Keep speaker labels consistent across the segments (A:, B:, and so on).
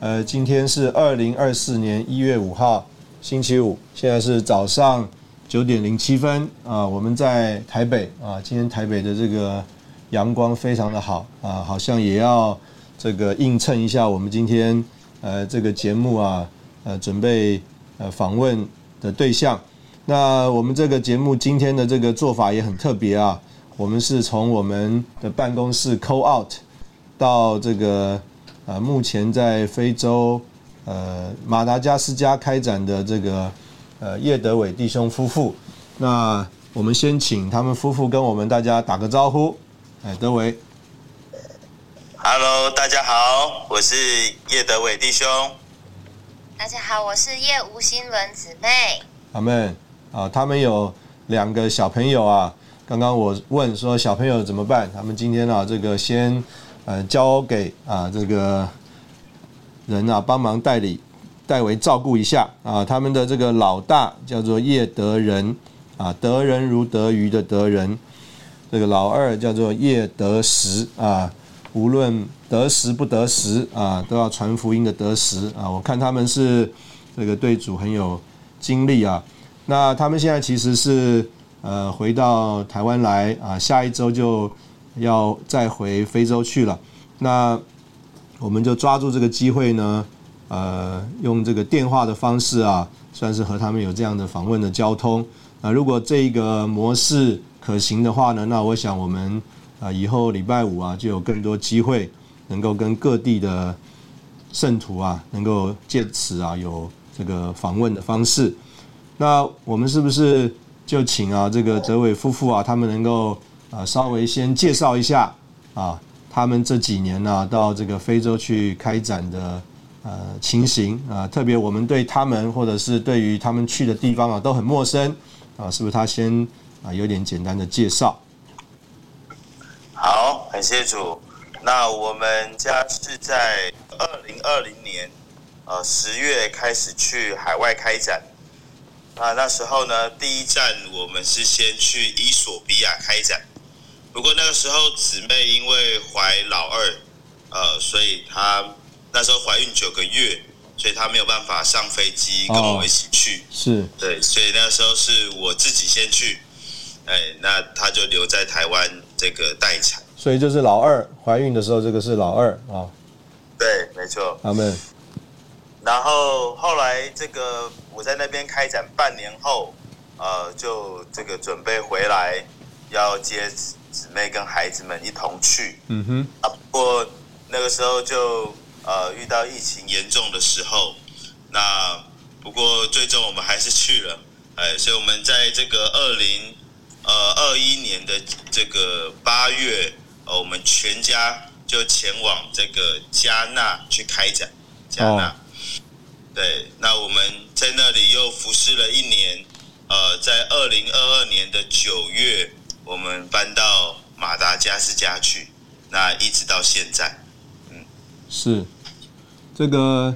A: 呃，今天是二零二四年一月五号，星期五，现在是早上九点零七分啊、我们在台北啊、今天台北的这个阳光非常的好啊、好像也要这个映衬一下我们今天呃这个节目啊，呃，准备呃访问的对象。那我们这个节目今天的这个做法也很特别啊，我们是从我们的办公室 call out。到这个呃，目前在非洲呃马达加斯加开展的这个呃叶德伟弟兄夫妇，那我们先请他们夫妇跟我们大家打个招呼。哎，德伟，
B: Hello，大家好，我是叶德伟弟兄。
C: 大家好，我是叶吴心伦姊妹。
A: 阿们啊，他们有两个小朋友啊。刚刚我问说小朋友怎么办，他们今天啊这个先呃交给啊这个人啊帮忙代理代为照顾一下啊。他们的这个老大叫做叶德仁啊，德仁如德鱼的德仁，这个老二叫做叶德时啊。无论得时不得时啊，都要传福音的得时啊。我看他们是这个对主很有经历啊。那他们现在其实是呃回到台湾来啊，下一周就要再回非洲去了。那我们就抓住这个机会呢，呃，用这个电话的方式啊，算是和他们有这样的访问的交通。啊，如果这个模式可行的话呢，那我想我们啊以后礼拜五啊就有更多机会能够跟各地的圣徒啊，能够借此啊有这个访问的方式。那我们是不是就请啊这个德伟夫妇啊，他们能够啊稍微先介绍一下啊他们这几年呢、到这个非洲去开展的呃情形啊，特别我们对他们或者是对于他们去的地方啊都很陌生啊，是不是他先啊有点简单的介绍？
B: 好，感谢主。那我们家是在二零二零年呃十月开始去海外开展。那那时候呢，第一站我们是先去伊索比亚开展。不过那个时候姊妹因为怀老二，呃，所以她那时候怀孕九个月，所以她没有办法上飞机跟
A: 哦
B: 我一起去。
A: 是
B: 对，所以那时候是我自己先去，哎，那他就留在台湾这个待产。
A: 所以就是老二怀孕的时候，这个是老二啊，
B: 对，没错。
A: 他们
B: 然后后来这个我在那边开展半年后，呃，就这个准备回来，要接姊姊妹跟孩子们一同去
A: 嗯哼
B: 啊。不过那个时候就呃遇到疫情严重的时候，那不过最终我们还是去了，哎，所以我们在这个二零呃二一年的这个八月，呃，我们全家就前往这个加纳去开展加纳。
A: 哦
B: 对，那我们在那里又服侍了一年，呃，在二零二二年的九月，我们搬到马达加斯加去，那一直到现在。
A: 是这个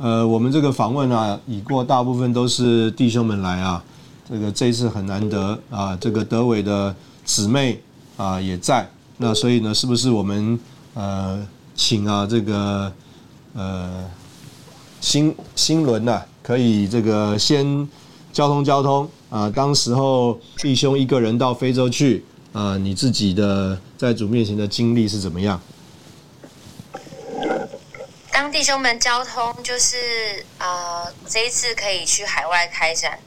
A: 呃，我们这个访问啊，已过大部分都是弟兄们来啊，这个这一次很难得啊，这个德伟的姊妹啊也在，那所以呢，是不是我们呃请啊这个呃新新轮呐、可以这个先交通交通啊，当时候弟兄一个人到非洲去啊，你自己的在主面前的经历是怎么样？
C: 当弟兄们交通，就是呃，这一次可以去海外开展。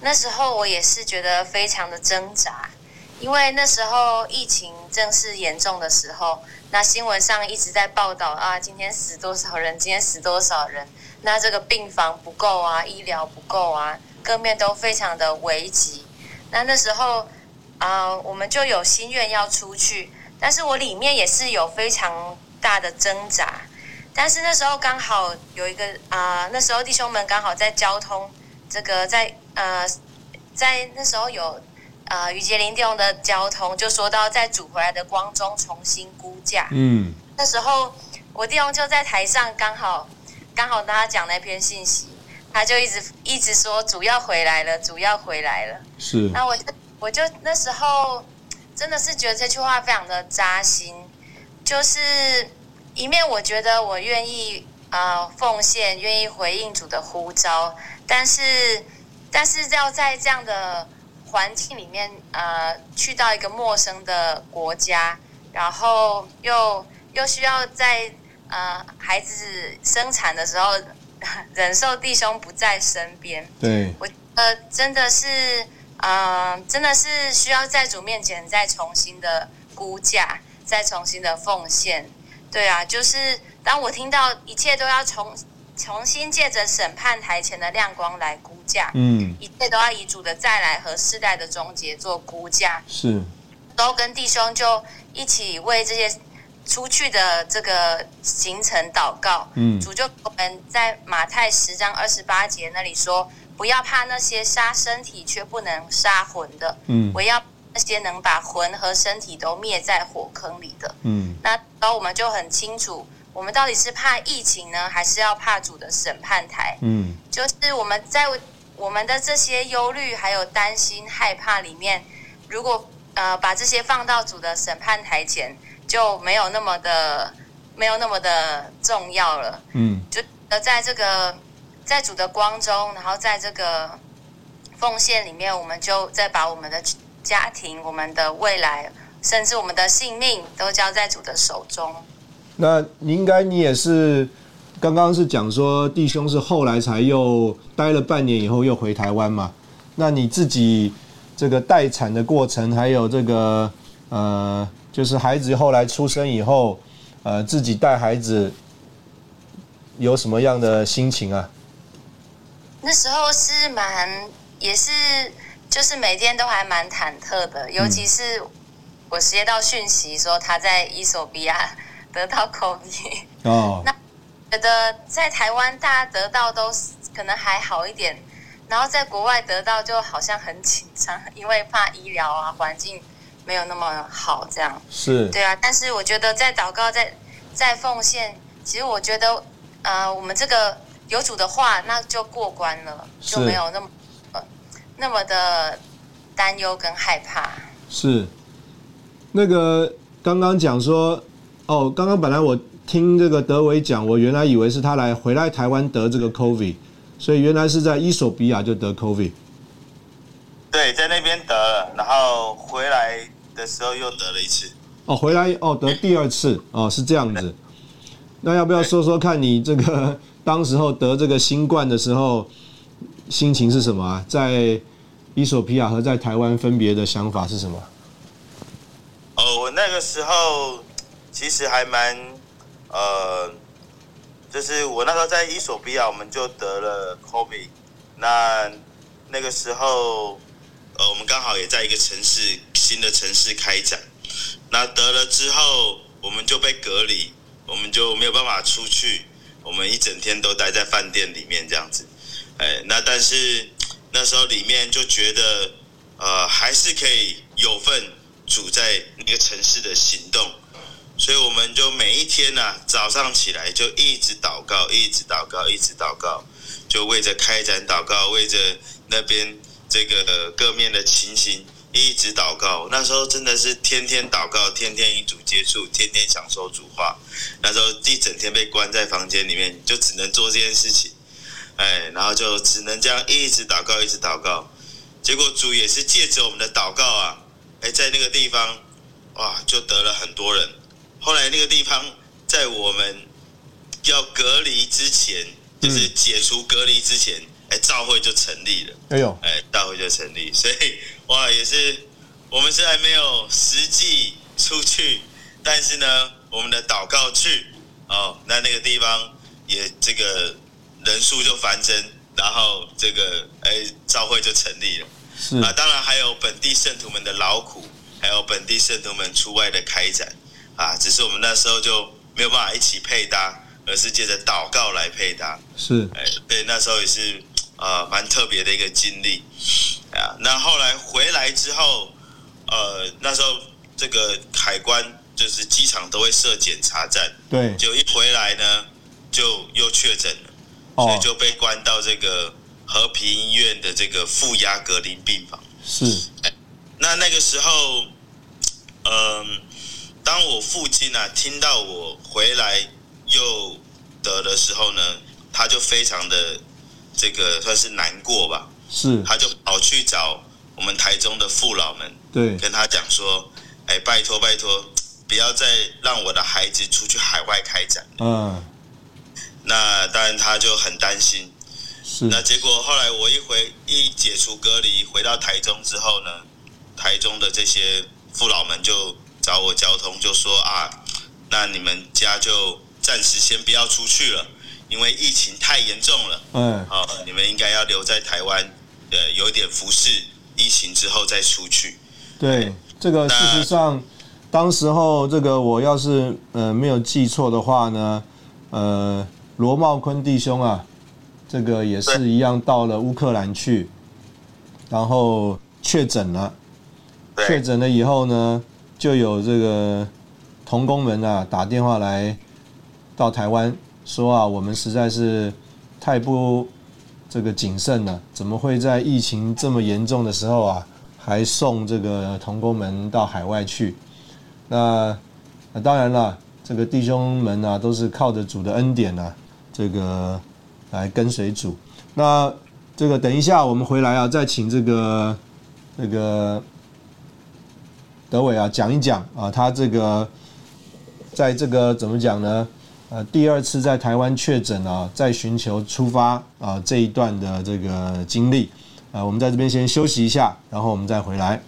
C: 那时候我也是觉得非常的挣扎，因为那时候疫情正是严重的时候，那新闻上一直在报道啊，今天死多少人，今天死多少人，那这个病房不够啊，医疗不够啊，各面都非常的危急。那那时候啊、呃我们就有心愿要出去，但是我里面也是有非常大的挣扎。但是那时候刚好有一个啊、那时候弟兄们刚好在交通这个在呃，在那时候有呃于杰林弟兄的交通，就说到在主回来的光中重新估价。
A: 嗯
C: 那时候我弟兄就在台上，刚好刚好他讲那篇信息，他就一直一直说主要回来了，主要回来了。
A: 是
C: 那我就我就那时候真的是觉得这句话非常的扎心，就是一面我觉得我愿意呃奉献，愿意回应主的呼召，但是但是要在这样的环境里面呃去到一个陌生的国家，然后又又需要在呃孩子生产的时候 忍受弟兄不在身边，
A: 对
C: 我呃真的是，呃，真的是需要在主面前再重新的估价，再重新的奉献。对啊，就是当我听到一切都要重重新借着审判台前的亮光来估价，
A: 嗯
C: 一切都要以主的再来和世代的终结做估价，
A: 是
C: 然后跟弟兄就一起为这些出去的这个行程祷告。
A: 嗯
C: 主就给我们在马太十章二十八节那里说：“不要怕那些杀身体却不能杀魂的，
A: 嗯
C: 我要那些能把魂和身体都灭在火坑里的。
A: 嗯”
C: 那然后我们就很清楚，我们到底是怕疫情呢，还是要怕主的审判台？
A: 嗯
C: 就是我们在我们的这些忧虑、还有担心、害怕里面，如果呃把这些放到主的审判台前，就没有那么的没有那么的重要了。
A: 嗯
C: 就呃，在这个在主的光中，然后在这个奉献里面，我们就再把我们的家庭、我们的未来，甚至我们的性命，都交在主的手中。
A: 那你应该你也是刚刚是讲说弟兄是后来才又待了半年以后又回台湾嘛？那你自己这个待产的过程，还有这个呃，就是孩子后来出生以后，呃，自己带孩子有什么样的心情啊？
C: 那时候是蛮，也是就是每天都还蛮忐忑的，尤其是我接到讯息说他在伊索比亚得到 COVID。
A: 哦，
C: 觉得在台湾大家得到都是可能还好一点，然后在国外得到就好像很紧张，因为怕医疗啊环境没有那么好这样。
A: 是
C: 对啊，但是我觉得在祷告在在奉献，其实我觉得呃我们这个有主的话，那就过关了，
A: 是
C: 就没有那么呃那么的担忧跟害怕。
A: 是，那个刚刚讲说，哦，刚刚本来我听这个德维讲，我原来以为是他来回来台湾得这个 COVID，所以原来是在伊索比亚就得 COVID。
B: 对，在那边得了，然后回来的时候又得了一次。
A: 哦，回来哦得第二次哦是这样子。那要不要说说看你这个 当时候得这个新冠的时候心情是什么啊？在伊索比亚和在台湾分别的想法是什么？
B: 哦，我那个时候其实还蛮，呃，就是我那时候在伊索比亚，我们就得了 COVID。那那个时候，呃，我们刚好也在一个城市新的城市开展。那得了之后，我们就被隔离，我们就没有办法出去，我们一整天都待在饭店里面这样子。哎，那但是那时候里面就觉得，呃，还是可以有份主在那个城市的行动，所以我们就每一天呢、早上起来就一直祷告，一直祷告，一直祷告，就为着开展祷告，为着那边这个、呃各面的情形一直祷告。那时候真的是天天祷告，天天与主接触，天天享受主话。那时候一整天被关在房间里面，就只能做这件事情。哎，然后就只能这样一直祷告，一直祷告。结果主也是借着我们的祷告啊，哎，在那个地方，哇，就得了很多人。后来那个地方在我们要隔离之前，就是解除隔离之前，哎、照会就成立了，
A: 哎呦，
B: 哎、大会就成立，所以哇，也是我们虽然没有实际出去，但是呢，我们的祷告去哦，那那个地方也这个人数就繁增，然后这个哎、照会就成立了。
A: 是
B: 啊，当然还有本地圣徒们的劳苦，还有本地圣徒们出外的开展啊，只是我们那时候就没有办法一起配搭，而是借着祷告来配搭。
A: 是，
B: 哎，对，那时候也是呃蛮特别的一个经历啊。那后来回来之后，呃，那时候这个海关就是机场都会设检查站，
A: 对，
B: 结果一回来呢，就又确诊了，所
A: 哦
B: 以，就被关到这个和平医院的这个负压隔离病房。
A: 是，
B: 那那个时候，嗯、当我父亲啊听到我回来又得的时候呢，他就非常的这个算是难过吧，
A: 是，
B: 他就跑去找我们台中的父老们，
A: 对，
B: 跟他讲说，哎，拜托拜托，不要再让我的孩子出去海外开展。
A: 嗯，
B: 那当然他就很担心，
A: 是，
B: 那结果后来我一回一解除隔离，回到台中之后呢，台中的这些父老们就找我交通，就说啊，那你们家就暂时先不要出去了，因为疫情太严重了，
A: 嗯，
B: 好、你们应该要留在台湾，呃，有点服侍疫情之后再出去。
A: 对，这个事实上，当时候这个我要是呃没有记错的话呢，呃，罗茂坤弟兄啊，这个也是一样到了乌克兰去，然后确诊了，确
B: 对
A: 诊了以后呢，就有这个童工们啊打电话来到台湾说啊，我们实在是太不这个谨慎了，怎么会在疫情这么严重的时候啊，还送这个童工们到海外去？那那当然了，这个弟兄们啊，都是靠着主的恩典啊，这个来跟随主。那这个等一下我们回来啊，再请这个这个德伟啊讲一讲啊，他这个在这个怎么讲呢？呃，第二次在台湾确诊啊，在寻求出发啊这一段的这个经历啊，我们在这边先休息一下，然后我们再回来。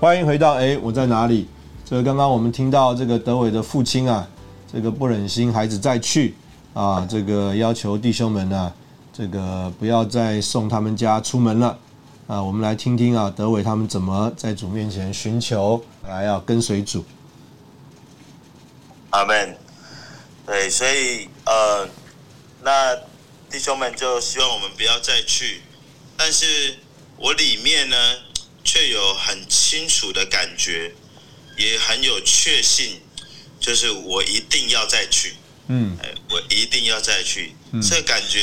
A: 欢迎回到哎，我在哪里？这个刚刚我们听到这个德伟的父亲啊，这个不忍心孩子再去啊，这个要求弟兄们啊，这个不要再送他们家出门了啊。我们来听听啊，德伟他们怎么在主面前寻求，来要、跟随主。
B: 阿门。对，所以呃，那弟兄们就希望我们不要再去，但是我里面呢，却有很清楚的感觉，也很有确信，就是我一定要再去，
A: 嗯，
B: 哎，我一定要再去，这个感觉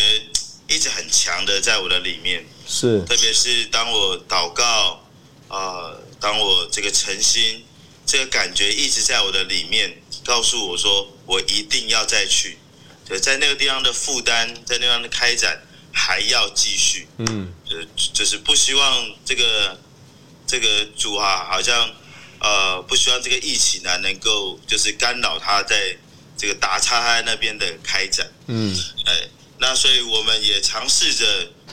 B: 一直很强的在我的里面。
A: 是
B: 特别是当我祷告，呃，当我这个诚心，这个感觉一直在我的里面，告诉我说，我一定要再去，就在那个地方的负担，在那个地方的开展还要继续，
A: 嗯，
B: 呃，就是不希望这个这个主啊，好像呃，不希望这个疫情啊，能够就是干扰他在这个打岔他在那边的开展。
A: 嗯，
B: 哎，那所以我们也尝试着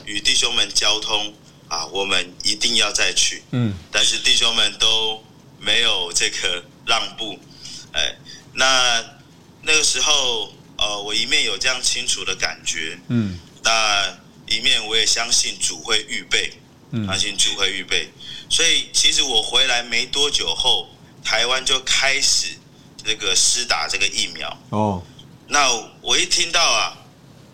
B: 与弟兄们交通啊，我们一定要再去，
A: 嗯，
B: 但是弟兄们都没有这个让步，哎，那那个时候，呃，我一面有这样清楚的感觉，
A: 嗯，
B: 那一面我也相信主会预备，
A: 嗯
B: 相信主会预备，所以其实我回来没多久后，台湾就开始这个施打这个疫苗。
A: 哦，
B: 那我一听到啊，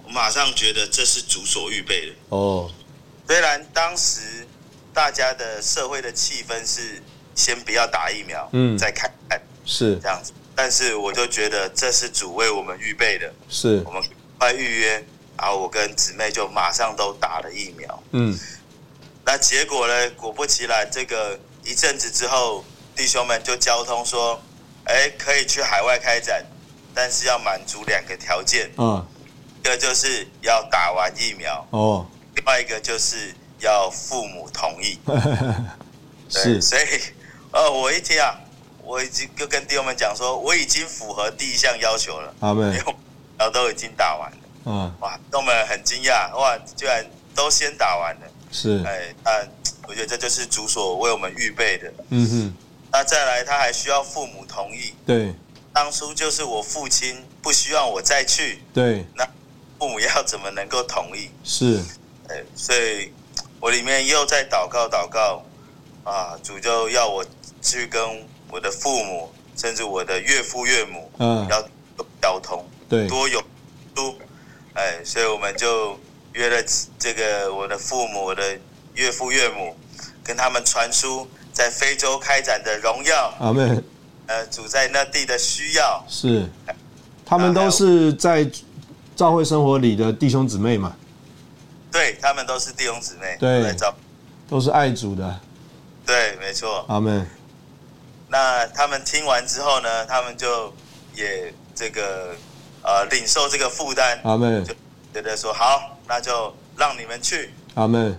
B: 我马上觉得这是主所预备的。
A: 哦，
B: 虽然当时大家的社会的气氛是先不要打疫苗，
A: 嗯
B: 再看看
A: 是
B: 这样子，但是我就觉得这是主为我们预备的，
A: 是
B: 我，们快预约，然后我跟姊妹就马上都打了疫苗。
A: 嗯，
B: 那结果呢？果不其然，这个一阵子之后，弟兄们就交通说，哎，可以去海外开展，但是要满足两个条件。
A: 啊，
B: 一个就是要打完疫苗，
A: 哦，
B: 另外一个就是要父母同意。 对，
A: 是
B: 所以呃，我一听啊，我已经就跟弟兄们讲说，我已经符合第一项要求了，
A: 阿
B: 因
A: 门
B: 为，我然后都已经打完了。
A: 嗯，
B: 哇，弟兄们很惊讶，哇，居然都先打完了。
A: 是，
B: 哎，但我觉得这就是主所为我们预备的。
A: 嗯哼，
B: 那再来，他还需要父母同意。
A: 对
B: 当初就是我父亲不希望我再去，
A: 对
B: 父母要怎么能够同意？
A: 是，
B: 哎，所以我里面又在祷告祷告，啊，主就要我去跟我的父母，甚至我的岳父岳母
A: 嗯，
B: 要交通，
A: 对
B: 多有书，哎，所以我们就约了这个我的父母、我的岳父岳母，跟他们传输在非洲开展的荣耀，
A: 阿门，
B: 呃，主在那地的需要，
A: 是，他们都是在教会生活里的弟兄姊妹嘛，
B: 对他们都是弟兄姊妹，
A: 对
B: 都在照，
A: 都是爱主的，
B: 对，没错。
A: 阿门，
B: 那他们听完之后呢，他们就也这个呃领受这个负担，
A: 阿门，
B: 觉得说好，那就让你们去。
A: 阿门，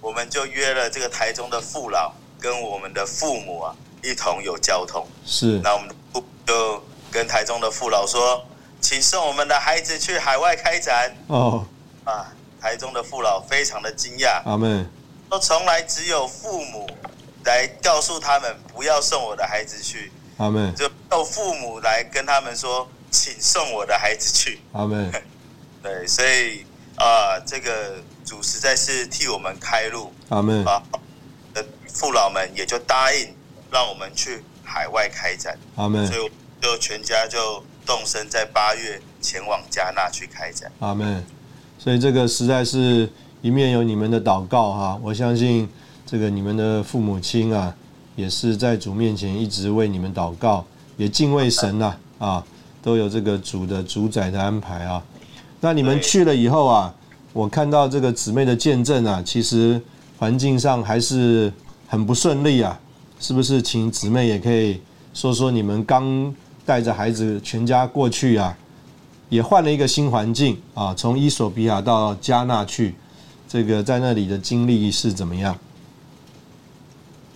B: 我们就约了这个台中的父老跟我们的父母啊一同有交通。
A: 是，
B: 那我们就就跟台中的父老说，请送我们的孩子去海外开展
A: 哦，
B: 啊。台中的父老非常的惊讶，
A: 阿门，
B: 说从来只有父母来告诉他们不要送我的孩子去，
A: 阿门，
B: 就到父母来跟他们说，请送我的孩子去。
A: 阿门，
B: 对，所以啊、这个主实在是替我们开路
A: 阿门，
B: 啊，呃，父老们也就答应让我们去海外开展，
A: 阿门
B: 所以，我们就全家就动身在八月前往加纳去开展。
A: 阿门。所以这个实在是一面有你们的祷告哈、我相信这个你们的父母亲啊，也是在主面前一直为你们祷告，也敬畏神呐啊都有这个主的主宰的安排啊。那你们
B: 对
A: 去了以后啊，我看到这个姊妹的见证啊，其实环境上还是很不顺利啊，是不是？请姊妹也可以说说你们刚带着孩子全家过去啊，也换了一个新环境啊，从伊索比亚到加纳去，这个在那里的经历是怎么样？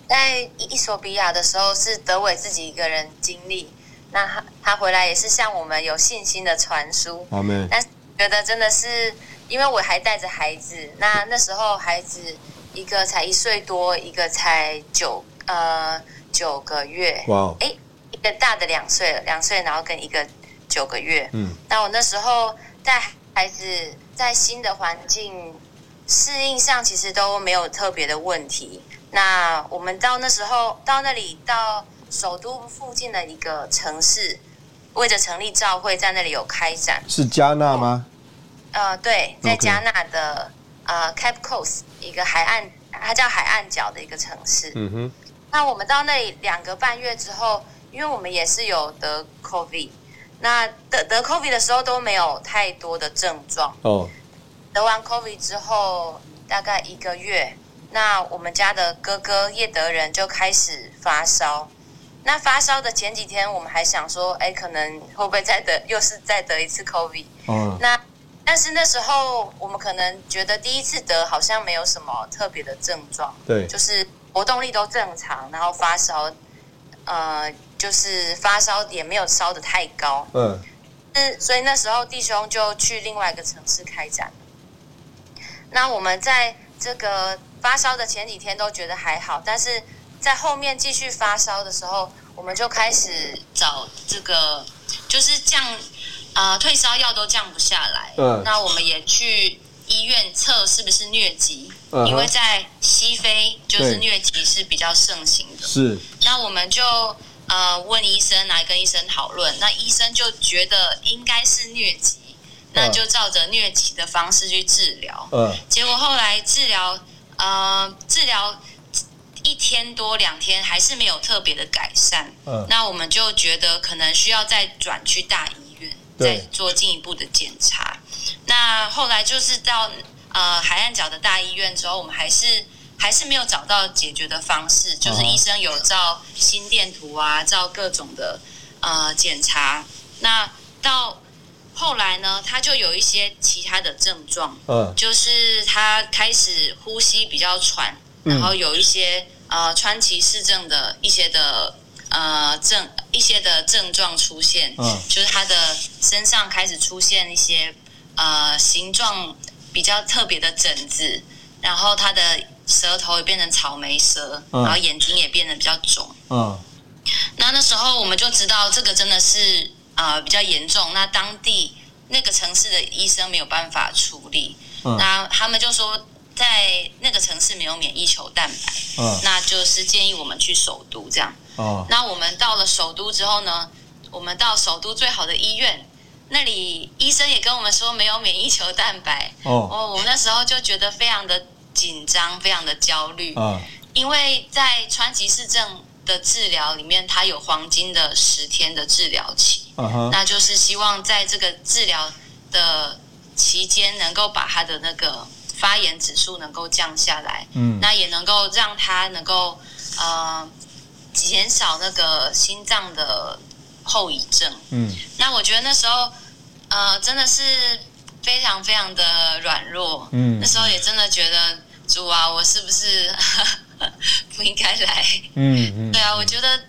C: 在伊索比亚的时候是德伟自己一个人经历，那他他回来也是向我们有信心的传输，
A: 阿妹，
C: 但是觉得真的是因为我还带着孩子，那那时候孩子一个才一岁多，一个才九呃九个月，
A: 哇哦，
C: 诶，一个大的两岁了，两岁然后跟一个九个月，
A: 嗯，
C: 那我那时候带孩子在新的环境适应上，其实都没有特别的问题。那我们到那时候到那里到首都附近的一个城市，为着成立教会，在那里有开展。
A: 是加纳吗？
C: 呃，对，在
A: OK
C: 加纳的呃 Cape Coast 一个海岸，它叫海岸角的一个城市。
A: 嗯哼，
C: 那我们到那里两个半月之后，因为我们也是有得 COVID，那得得 COVID 的时候都没有太多的症状。
A: 哦，
C: 得完 COVID 之后，大概一个月，那我们家的哥哥叶德仁就开始发烧。那发烧的前几天，我们还想说，哎，可能会不会再得，又是再得一次 COVID？
A: 哦，
C: 那但是那时候我们可能觉得第一次得好像没有什么特别的症状，
A: 对，
C: 就是活动力都正常，然后发烧，呃，就是发烧也没有烧的太高。
A: 嗯，
C: 嗯，所以那时候弟兄就去另外一个城市开展。那我们在这个发烧的前几天都觉得还好，但是在后面继续发烧的时候，我们就开始找这个，就是降啊、呃退烧药都降不下来。
A: 嗯
C: 那我们也去医院测是不是疟疾，
A: 嗯哼
C: 因为在西非就是
A: 对
C: 疟疾是比较盛行的。
A: 是，
C: 那我们就呃问医生来跟医生讨论，那医生就觉得应该是疟疾，那就照着疟疾的方式去治疗。
A: 嗯，
C: 结果后来治疗呃治疗一天多两天还是没有特别的改善，
A: 嗯
C: 那我们就觉得可能需要再转去大医院，
A: 对
C: 再做进一步的检查。那后来就是到呃海岸角的大医院之后，我们还是还是没有找到解决的方式，就是
A: 啊
C: 医生有照心电图啊，照各种的呃检查。那到后来呢，他就有一些其他的症状，
A: 嗯
C: 就是他开始呼吸比较喘，
A: 嗯
C: 然后有一些呃川崎氏症的一些的呃症一些的症状出现，
A: 嗯
C: 就是他的身上开始出现一些呃形状比较特别的疹子，然后他的舌头也变成草莓舌，
A: 嗯
C: 然后眼睛也变得比较肿。
A: 嗯
C: 那那时候我们就知道这个真的是呃比较严重，那当地那个城市的医生没有办法处理，
A: 嗯
C: 那他们就说在那个城市没有免疫球蛋白，
A: 嗯
C: 那就是建议我们去首都这样。
A: 哦
C: 那我们到了首都之后呢，我们到首都最好的医院。那里医生也跟我们说没有免疫球蛋白，
A: 哦
C: 哦，我们那时候就觉得非常的紧张，非常的焦虑。
A: 啊
C: 因为在川崎市政的治疗里面，它有黄金的十天的治疗期，
A: 啊哈
C: 那就是希望在这个治疗的期间，能够把它的那个发炎指数能够降下来，
A: 嗯
C: 那也能够让它能够呃减少那个心脏的后遗症。
A: 嗯
C: 那我觉得那时候呃真的是非常非常的软弱，
A: 嗯
C: 那时候也真的觉得主啊，我是不是 不应该来？
A: 嗯嗯
C: 对啊，我觉得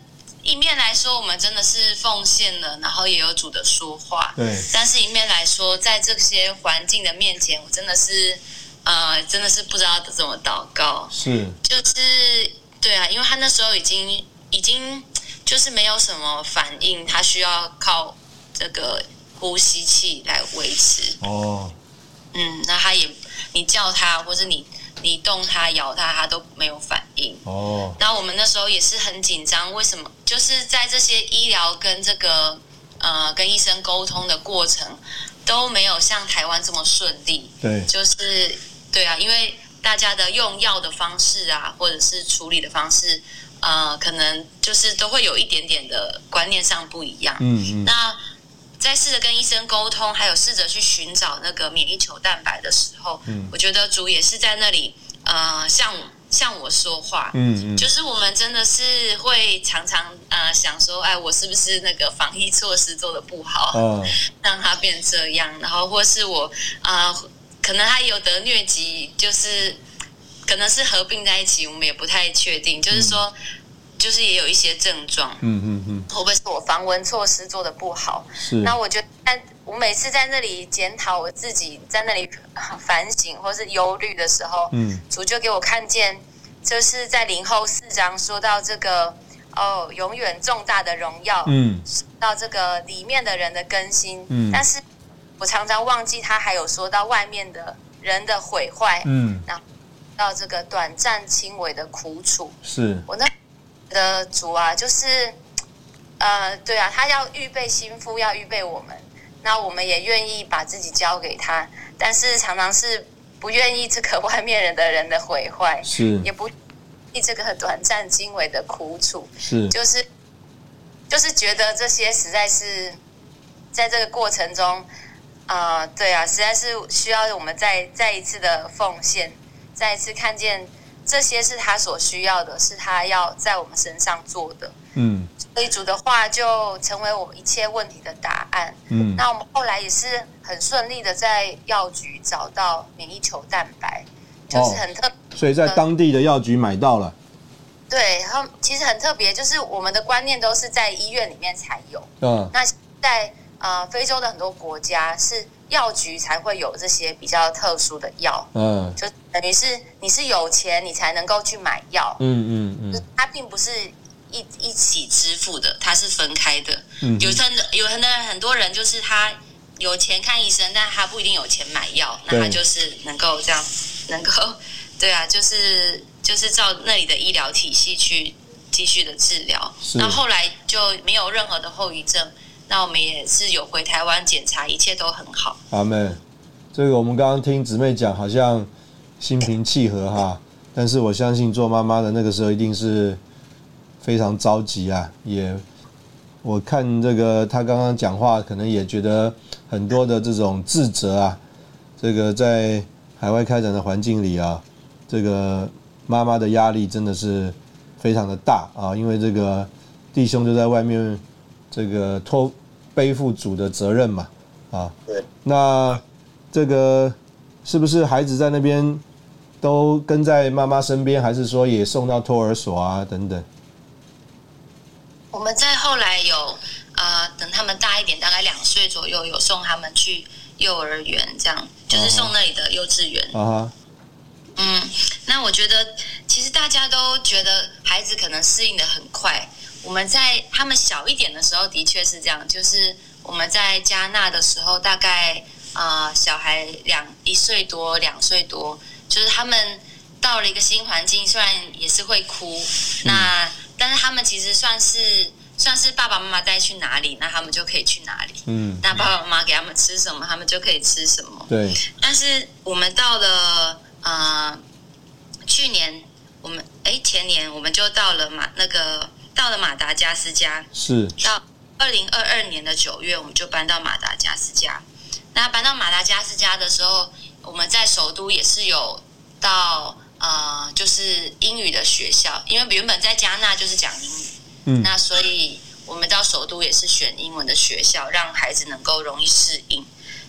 C: 一面来说，我们真的是奉献了，然后也有主的说话。
A: 对
C: 但是一面来说，在这些环境的面前，我真的是呃，真的是不知道怎么祷告。
A: 是
C: 就是对啊，因为他那时候已经已经就是没有什么反应，他需要靠这个呼吸器来维持。
A: 哦
C: 嗯，那他也你叫他或者你你动他咬他，他都没有反应。
A: 哦
C: 那我们那时候也是很紧张，为什么？就是在这些医疗跟这个呃跟医生沟通的过程都没有像台湾这么顺利。
A: 对
C: 就是对啊，因为大家的用药的方式啊，或者是处理的方式，呃，可能就是都会有一点点的观念上不一样。
A: 嗯嗯
C: 那在试着跟医生沟通，还有试着去寻找那个免疫球蛋白的时候，
A: 嗯
C: 我觉得主也是在那里，呃，向向我说话。
A: 嗯嗯
C: 就是我们真的是会常常呃想说，哎，我是不是那个防疫措施做的不好？
A: 哦
C: 让他变这样，然后或是我啊、呃可能他有得疟疾，就是可能是合并在一起，我们也不太确定。就是说，就是也有一些症状，
A: 嗯嗯嗯
C: 会不会是我防蚊措施做的不好？
A: 是
C: 那我觉得，但我每次在那里检讨我自己，在那里呃反省或是忧虑的时候，
A: 嗯
C: 主就给我看见，就是在零后四章说到这个哦，永远重大的荣耀，
A: 嗯
C: 到这个里面的人的更新，
A: 嗯
C: 但是我常常忘记他还有说到外面的人的毁坏，
A: 嗯
C: 到这个短暂轻微的苦楚。
A: 是
C: 我那的主啊，就是呃，对啊，他要预备心腹，要预备我们，那我们也愿意把自己交给他，但是常常是不愿意这个外面人的人的毁坏，
A: 是
C: 也不愿意这个短暂轻微的苦楚。
A: 是
C: 就是就是觉得这些实在是在这个过程中，啊，对啊，实在是需要我们再再一次的奉献，再一次看见这些是他所需要的，是他要在我们身上做的。
A: 嗯
C: 所以主的话就成为我们一切问题的答案。
A: 嗯
C: 那我们后来也是很顺利的在药局找到免疫球蛋白，就是很特
A: 所以在当地的药局买到了
C: 对，然后其实很特别，就是我们的观念都是在医院里面才有。
A: 嗯
C: 那在呃非洲的很多国家是药局才会有这些比较特殊的药，
A: 嗯
C: 就等于是你是有钱你才能够去买药，
A: 嗯嗯
C: 就
A: 嗯
C: 是它并不是一一起支付的，它是分开的。
A: 嗯
C: 有很多有很多很多人就是他有钱看医生，但他不一定有钱买药，那他
A: 对
C: 就是能够这样，能够对啊，就是就是照那里的医疗体系去继续的治疗。
A: 是
C: 那后来就没有任何的后遗症。那我们也是有回台湾检查，一切都很好。
A: 阿妹，这个我们刚刚听姊妹讲，好像心平气和哈，但是我相信做妈妈的那个时候一定是非常着急啊，也我看这个她刚刚讲话，可能也觉得很多的这种自责啊，这个在海外开展的环境里啊，这个妈妈的压力真的是非常的大啊，因为这个弟兄就在外面这个托背负主的责任嘛。啊、啊。
B: 对，
A: 那这个是不是孩子在那边都跟在妈妈身边，还是说也送到托儿所啊等等？
C: 我们在后来有呃，等他们大一点，大概两岁左右，有送他们去幼儿园，这样
A: 哦
C: 就是送那里的幼稚园。
A: 啊哈，
C: 嗯，那我觉得其实大家都觉得孩子可能适应的很快。我们在他们小一点的时候，的确是这样，就是我们在加纳的时候，大概呃小孩两一岁多、两岁多，就是他们到了一个新环境，虽然也是会哭，那但是他们其实算是算是爸爸妈妈带去哪里，那他们就可以去哪里。
A: 嗯，
C: 那爸爸妈妈给他们吃什么，他们就可以吃什么。
A: 对，
C: 但是我们到了呃去年，我们哎前年我们就到了马那个到了马达加斯加，
A: 是，
C: 到二零二二年的九月我们就搬到马达加斯加。那搬到马达加斯加的时候，我们在首都也是有到呃就是英语的学校，因为原本在加纳就是讲英语，
A: 嗯
C: 那所以我们到首都也是选英文的学校，让孩子能够容易适应。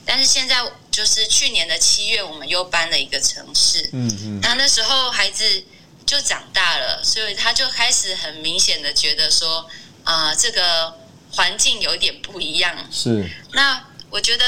C: 但是现在就是去年的七月，我们又搬了一个城市，
A: 嗯嗯
C: 那那时候孩子就长大了，所以他就开始很明显的觉得说，啊、这个环境有点不一样。
A: 是，
C: 那我觉得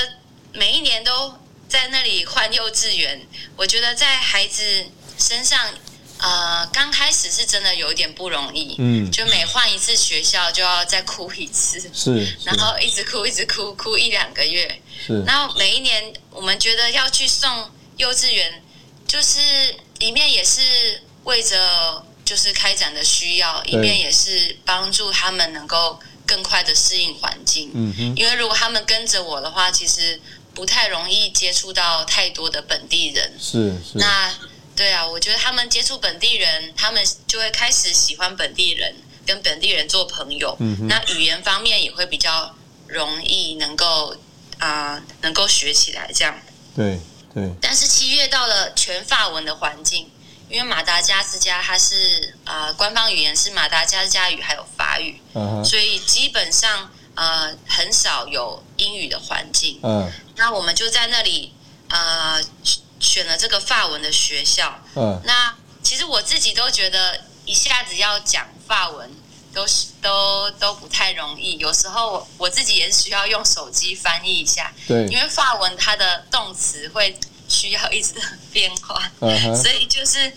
C: 每一年都在那里换幼稚园，我觉得在孩子身上，呃，刚开始是真的有一点不容易，
A: 嗯
C: 就每换一次学校就要再哭一次，
A: 是是
C: 然后一直哭一直哭，哭一两个月，
A: 是，
C: 那每一年我们觉得要去送幼稚园，就是一面也是为着就是开展的需要，一面也是帮助他们能够更快的适应环境。
A: 嗯哼，
C: 因为如果他们跟着我的话，其实不太容易接触到太多的本地人。
A: 是是，
C: 那对啊，我觉得他们接触本地人，他们就会开始喜欢本地人，跟本地人做朋友。
A: 嗯哼
C: 那语言方面也会比较容易能够啊、能够学起来这样。
A: 对对，
C: 但是七月到了全法文的环境，因为马达加斯加它是啊、官方语言是马达加斯加语还有法语，
A: 啊哈，
C: 所以基本上呃很少有英语的环境。
A: 嗯
C: 那我们就在那里呃选选了这个法文的学校。
A: 嗯，
C: 那其实我自己都觉得一下子要讲法文都是都都不太容易，有时候我我自己也需要用手机翻译一下，
A: 对
C: 因，为法文它的动词会需要一直的变化，
A: 嗯哼，
C: 所以就是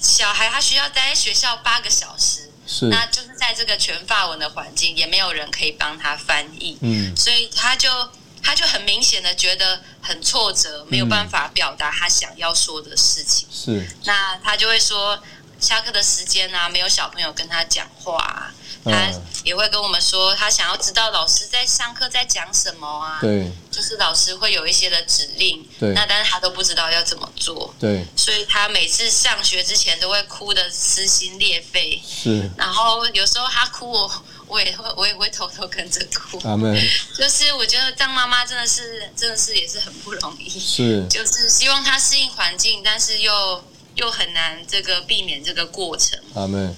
C: 小孩他需要待在学校八个小时，
A: 是，
C: 那就是在这个全法文的环境，也没有人可以帮他翻译，
A: 嗯
C: 所以他就他就很明显的觉得很挫折，没有办法表达他想要说的事情。
A: 是，
C: 那他就会说，下课的时间啊，没有小朋友跟他讲话、啊，他
A: 嗯
C: 也会跟我们说，他想要知道老师在上课在讲什么啊，
A: 对
C: 就是老师会有一些的指令，
A: 对
C: 那但是他都不知道要怎么做，
A: 对
C: 所以他每次上学之前都会哭的撕心裂肺，
A: 是，
C: 然后有时候他哭我。我也会，我也会偷偷跟着哭。
A: 阿们
C: 就是我觉得当妈妈真的是，真的是也是很不容易。
A: 是，
C: 就是希望他适应环境，但是又又很难这个避免这个过程。
A: 阿们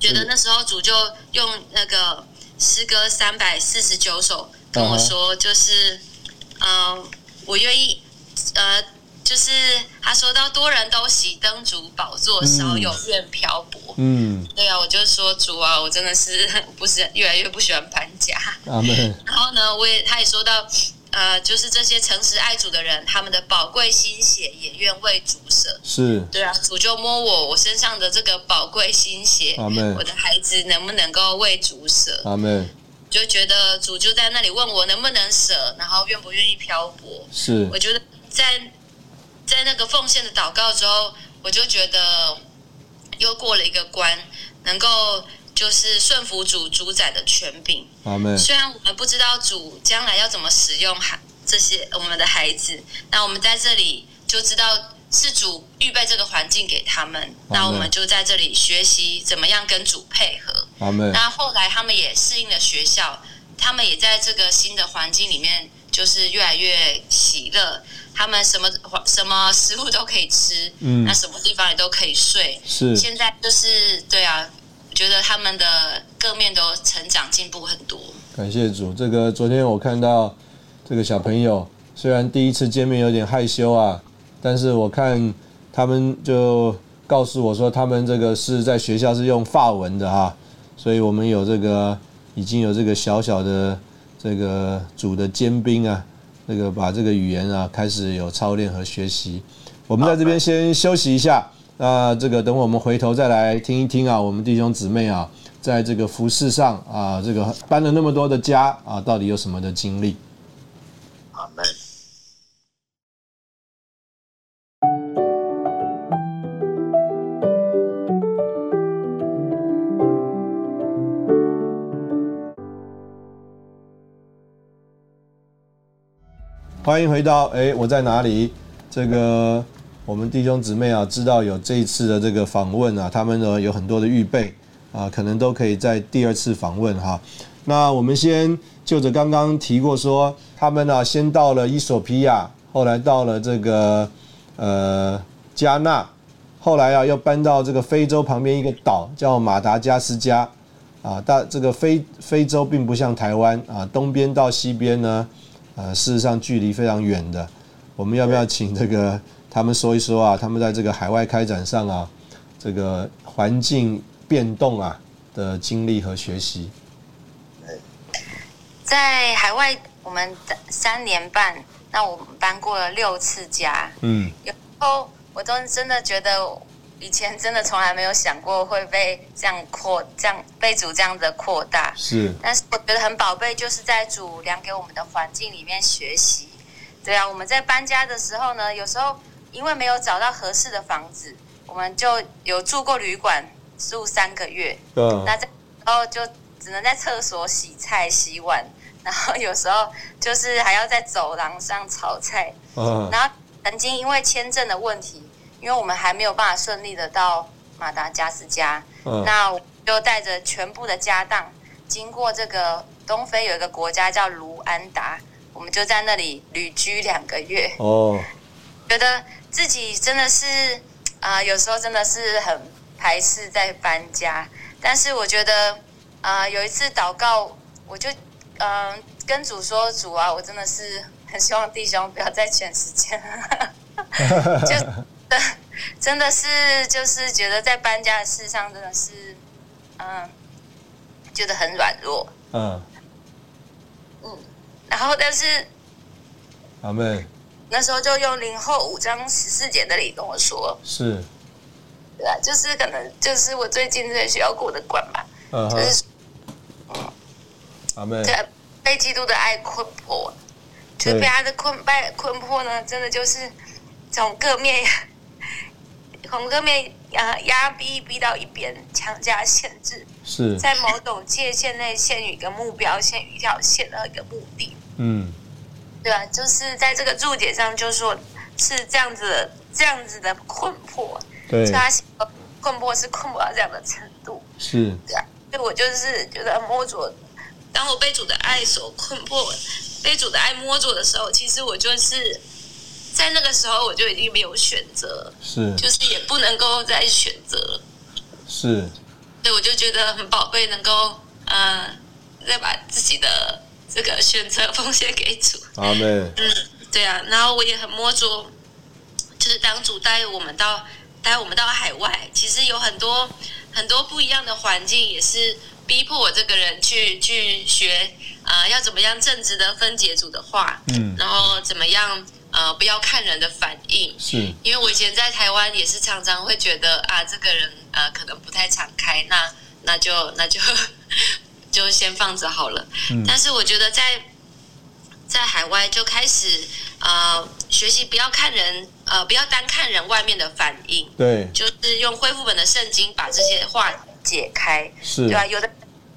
C: 觉得那时候主就用那个诗歌三百四十九首跟我说，就是嗯、呃我愿意呃，就是他说到多人都喜灯烛宝座，少有愿漂泊。
A: 嗯，
C: 对啊，我就说主啊，我真的是 不是越来越不喜欢搬家。
A: 阿们
C: 然后呢，我也他也说到，呃，就是这些诚实爱主的人，他们的宝贵心血也愿为主舍。
A: 是，
C: 对啊，主就摸我我身上的这个宝贵心血，
A: 阿们
C: 我的孩子能不能够为主舍？
A: 阿们
C: 就觉得主就在那里问我能不能舍，然后愿不愿意漂泊。
A: 是
C: 我觉得在在那个奉献的祷告之后，我就觉得又过了一个关，能够就是顺服主主宰的权柄。
A: 阿们
C: 虽然我们不知道主将来要怎么使用孩这些我们的孩子，那我们在这里就知道是主预备这个环境给他们，
A: 哦
C: 那我们就在这里学习怎么样跟主配合。
A: 阿们
C: 那后来他们也适应了学校，他们也在这个新的环境里面，就是越来越喜乐。他们什么什么食物都可以吃，
A: 嗯
C: 那什么地方也都可以睡，
A: 是
C: 现在就是对啊，我觉得他们的各面都成长进步很多。
A: 感谢主。这个昨天我看到这个小朋友虽然第一次见面有点害羞啊，但是我看他们就告诉我说，他们这个是在学校是用法文的哈、所以我们有这个已经有这个小小的这个组的尖兵啊，这个把这个语言啊开始有操练和学习。我们在这边先休息一下，那、这个等我们回头再来听一听啊，我们弟兄姊妹啊，在这个服饰上啊，这个搬了那么多的家啊，到底有什么的经历？
B: 阿门。
A: 欢迎回到哎，我在哪里？这个我们弟兄姊妹啊，知道有这一次的这个访问啊，他们呢有很多的预备啊，可能都可以在第二次访问哈。那我们先就着刚刚提过说，他们呢、先到了伊索比亚，后来到了这个呃加纳，后来啊又搬到这个非洲旁边一个岛叫马达加斯加。啊，大这个非非洲并不像台湾啊，东边到西边呢，呃，事实上距离非常远的。我们要不要请这个他们说一说啊？他们在这个海外开展上啊，这个环境变动啊的经历和学习。
C: 在海外，我们三年半，那我们搬过了六次家，
A: 嗯，
C: 有时候我都真的觉得，以前真的从来没有想过会被这样扩，这样被主这样的扩大。
A: 是
C: 但是我觉得很宝贝，就是在主量给我们的环境里面学习。对啊，我们在搬家的时候呢，有时候因为没有找到合适的房子，我们就有住过旅馆，住三个月。
A: 嗯
C: 那这然后就只能在厕所洗菜、洗碗，然后有时候就是还要在走廊上炒菜。
A: 嗯
C: 然后曾经因为签证的问题，因为我们还没有办法顺利的到马达加斯加，
A: 嗯
C: 那我就带着全部的家当，经过这个东非有一个国家叫卢安达，我们就在那里旅居两个月。
A: 哦，
C: 觉得自己真的是啊、有时候真的是很排斥在搬家，但是我觉得啊、有一次祷告，我就嗯、呃跟主说：“主啊，我真的是很希望弟兄不要再全时间。” 就真的真的是就是觉得在搬家的事上真的是嗯、觉得很软弱，
A: 嗯，
C: 然后但是
A: 阿妹
C: 那时候就用零后五章十四节那里跟我说。
A: 是，
C: 对啊，就是可能就是我最近在学校过的关吧，
A: 嗯
C: 就
A: 哼，
C: 是
A: 阿妹
C: 对啊被基督的爱困迫，就是被他的困败困迫呢，真的就是从各面从各面呃压逼逼到一边，强加限制，
A: 是，
C: 在某种界限内限于一个目标，限于一条线和一个目的，
A: 嗯
C: 对啊，就是在这个注解上就说是这样子的这样子的困迫，
A: 对
C: 所以他写说困迫是困迫到这样的程度。
A: 是，
C: 对啊，所以我就是觉得摸着，当我被主的爱所困迫，被主的爱摸着的时候，其实我就是在那个时候我就已经没有选择，
A: 是
C: 就是也不能够再选择了，
A: 是，
C: 所以我就觉得很宝贝，能够呃，再把自己的这个选择奉献给主。
A: 阿妹
C: 嗯，对啊，然后我也很摸着，就是当主带我们到带我们到海外，其实有很多很多不一样的环境，也是逼迫我这个人去去学啊、呃要怎么样正直的分解主的话，
A: 嗯
C: 然后怎么样呃不要看人的反应，
A: 是，
C: 因为我以前在台湾也是常常会觉得啊，这个人呃可能不太敞开，那那就那就 就先放着好了。
A: 嗯
C: 但是我觉得在在海外就开始呃学习不要看人呃不要单看人外面的反应，
A: 对
C: 就是用恢复本的圣经把这些话解开，
A: 是
C: 对，啊吧、有的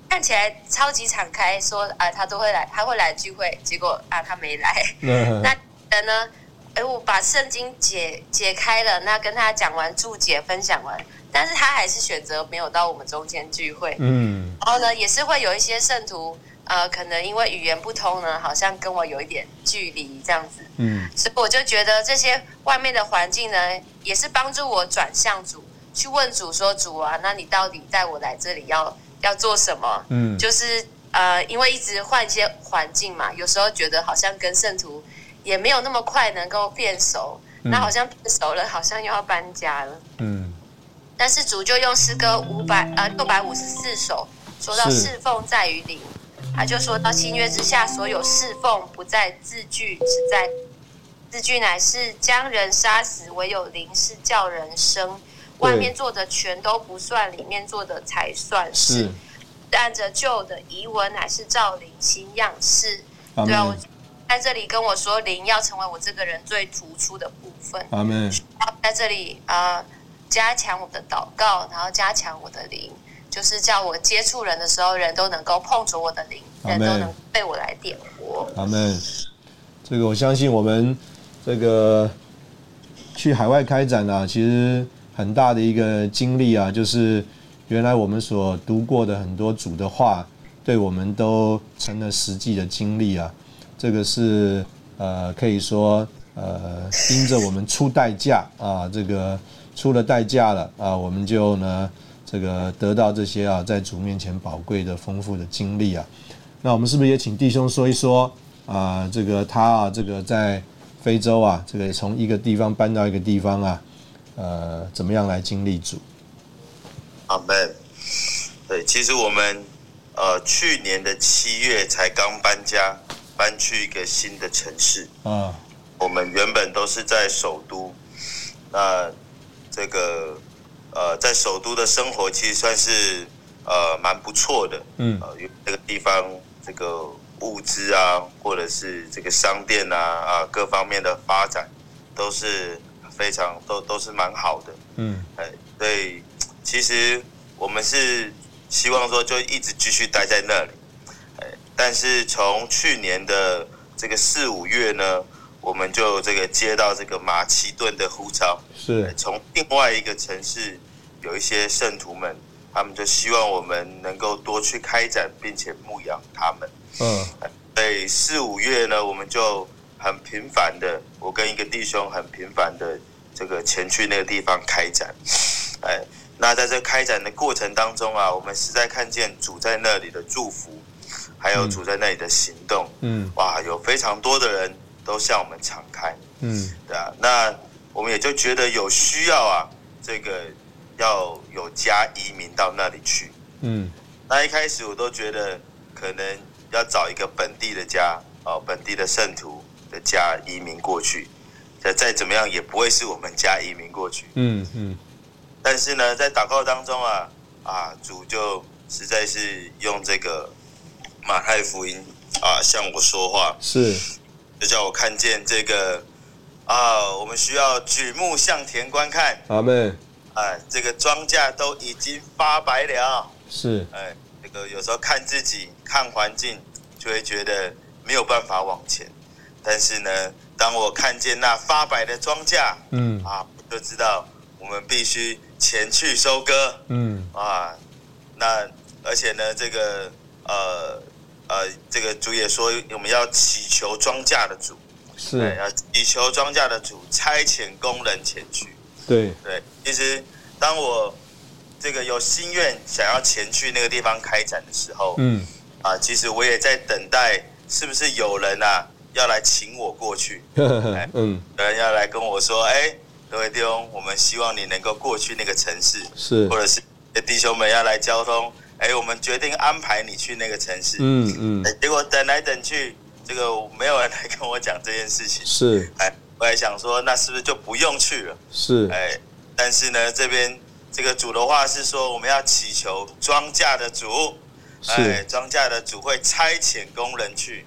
C: 看起来超级敞开，说啊、他都会来，他会来聚会，结果啊他没来。
A: 嗯
C: 那人呢？哎，我把圣经解解开了，那跟他讲完注解，分享完，但是他还是选择没有到我们中间聚会。
A: 嗯
C: 然后呢，也是会有一些圣徒，呃，可能因为语言不通呢，好像跟我有一点距离这样子，
A: 嗯
C: 所以我就觉得这些外面的环境呢，也是帮助我转向主，去问主说：“主啊，那你到底带我来这里要要做什么？”
A: 嗯
C: 就是呃，因为一直换一些环境嘛，有时候觉得好像跟圣徒也没有那么快能够变熟，那好像变熟了，好像又要搬家了。
A: 嗯，
C: 但是主就用诗歌五百呃六百五十四首说到
A: 是
C: 侍奉在于灵，他就说到新约之下所有侍奉不在字句，只在字句乃是将人杀死，唯有灵是叫人生。
A: 对
C: 外面做的全都不算，里面做的才算
A: 是
C: 是。按着旧的遗文，乃是照灵新样式。
A: 阿
C: 对啊，我
A: 门，
C: 在这里跟我说灵要成为我这个人最突出的部分。
A: 阿门，
C: 在这里呃加强我的祷告，然后加强我的灵，就是叫我接触人的时候，人都能够碰着我的灵，人都
A: Amen
C: 能被我来点活。
A: 阿门。这个我相信我们这个去海外开展啊，其实很大的一个经历啊，就是原来我们所读过的很多主的话，对我们都成了实际的经历啊。这个是呃，可以说呃，因着我们出代价啊，这个出了代价了啊，我们就呢这个得到这些啊，在主面前宝贵的、丰富的经历啊。那我们是不是也请弟兄说一说啊、这个他啊，这个在非洲啊，这个从一个地方搬到一个地方啊，呃，怎么样来经历主？
B: 阿门。对，其实我们呃去年的七月才刚搬家，搬去一个新的城市。
A: 啊，
B: 我们原本都是在首都，那这个呃在首都的生活其实算是呃蛮不错的。
A: 嗯
B: 呃，因为这个地方这个物资啊，或者是这个商店啊啊各方面的发展都是非常都都是蛮好的。
A: 嗯
B: 哎，所以其实我们是希望说就一直继续待在那里，哎，但是从去年的这个四五月呢，我们就这个接到这个马其顿的呼召，
A: 是
B: 从另外一个城市有一些圣徒们，他们就希望我们能够多去开展，并且牧养他们。
A: 嗯
B: 对，四五月呢，我们就很频繁的，我跟一个弟兄很频繁的这个前去那个地方开展。哎，那在这开展的过程当中啊，我们实在看见主在那里的祝福，还有主在那里的行动。
A: 嗯
B: 哇，有非常多的人都向我们敞开，
A: 嗯
B: 对啊。那我们也就觉得有需要啊，这个要有家移民到那里去。
A: 嗯
B: 那一开始我都觉得可能要找一个本地的家哦，本地的圣徒的家移民过去，再再怎么样也不会是我们家移民过去。
A: 嗯嗯，
B: 但是呢，在祷告当中啊啊，主就实在是用这个马太福音啊向我说话，
A: 是
B: 就叫我看见这个啊，我们需要举目向田观看
A: 阿妹
B: 啊，这个庄稼都已经发白了。
A: 是
B: 哎，这个有时候看自己、看环境，就会觉得没有办法往前。但是呢，当我看见那发白的庄稼
A: 嗯
B: 啊，我就知道我们必须前去收割
A: 嗯
B: 啊。那而且呢，这个呃呃，这个主也说我们要祈求庄稼的主，对，
A: 是
B: 要祈求庄稼的主差遣工人前去。
A: 对
B: 对，其实当我这个有心愿想要前去那个地方开展的时候，
A: 嗯
B: 啊，其实我也在等待，是不是有人啊要来请我过去，
A: 呵呵呵嗯
B: 有人要来跟我说，哎，各位弟兄，我们希望你能够过去那个城市，
A: 是
B: 或者是弟兄们要来交通，哎，我们决定安排你去那个城市，
A: 嗯嗯
B: 哎结果等来等去，这个没有人来跟我讲这件事情，
A: 是
B: 哎，我还想说，那是不是就不用去了？
A: 是
B: 哎，但是呢，这边这个主的话是说，我们要祈求庄稼的主，哎，
A: 是
B: 庄稼的主会差遣工人去。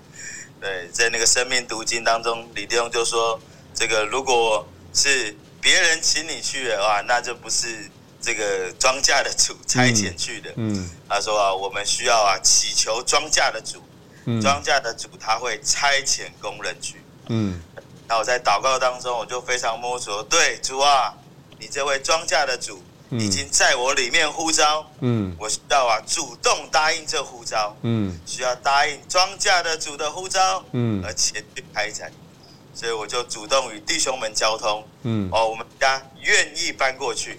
B: 对，在那个生命读经当中，李弟兄就说，这个如果是别人请你去的话，那就不是这个庄稼的主差遣去的。
A: 嗯
B: 他说啊，我们需要啊祈求庄稼的主，
A: 嗯
B: 庄稼的主他会差遣工人去。
A: 嗯
B: 那我在祷告当中，我就非常摸索，对主啊，你这位庄稼的主
A: 嗯
B: 已经在我里面呼召，
A: 嗯
B: 我需要啊主动答应这呼召，
A: 嗯
B: 需要答应庄稼的主的呼召，
A: 嗯
B: 而前去开展。所以我就主动与弟兄们交通，
A: 嗯
B: 哦，我们家愿意搬过去，